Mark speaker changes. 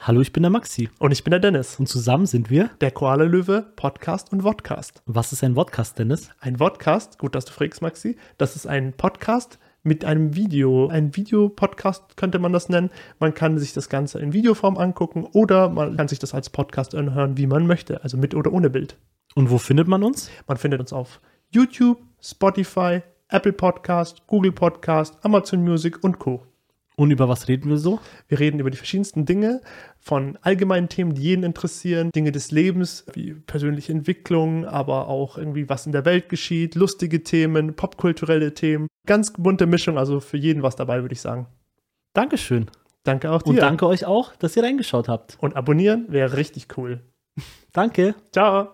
Speaker 1: Hallo, ich bin der Maxi
Speaker 2: Und ich bin der Dennis,
Speaker 1: und zusammen sind wir.
Speaker 2: der Koala-Löwe, Podcast und Vodcast.
Speaker 1: Was ist ein Vodcast, Dennis?
Speaker 2: Ein Vodcast, gut, dass du fragst, Maxi, das ist ein Podcast mit einem Video. Ein Videopodcast könnte man das nennen. Man kann sich das Ganze in Videoform angucken oder man kann sich das als Podcast anhören, wie man möchte, also mit oder ohne Bild.
Speaker 1: Und wo findet man uns?
Speaker 2: Man findet uns auf YouTube, Spotify, Apple Podcast, Google Podcast, Amazon Music und Co.
Speaker 1: Und über was reden wir so?
Speaker 2: Wir reden über die verschiedensten Dinge, von allgemeinen Themen, die jeden interessieren, Dinge des Lebens, wie persönliche Entwicklung, aber auch irgendwie, was in der Welt geschieht, lustige Themen, popkulturelle Themen. Ganz bunte Mischung, also für jeden was dabei, würde ich sagen.
Speaker 1: Dankeschön.
Speaker 2: Danke auch dir.
Speaker 1: Und danke euch auch, dass ihr reingeschaut habt.
Speaker 2: Und abonnieren wäre richtig cool.
Speaker 1: Danke.
Speaker 2: Ciao.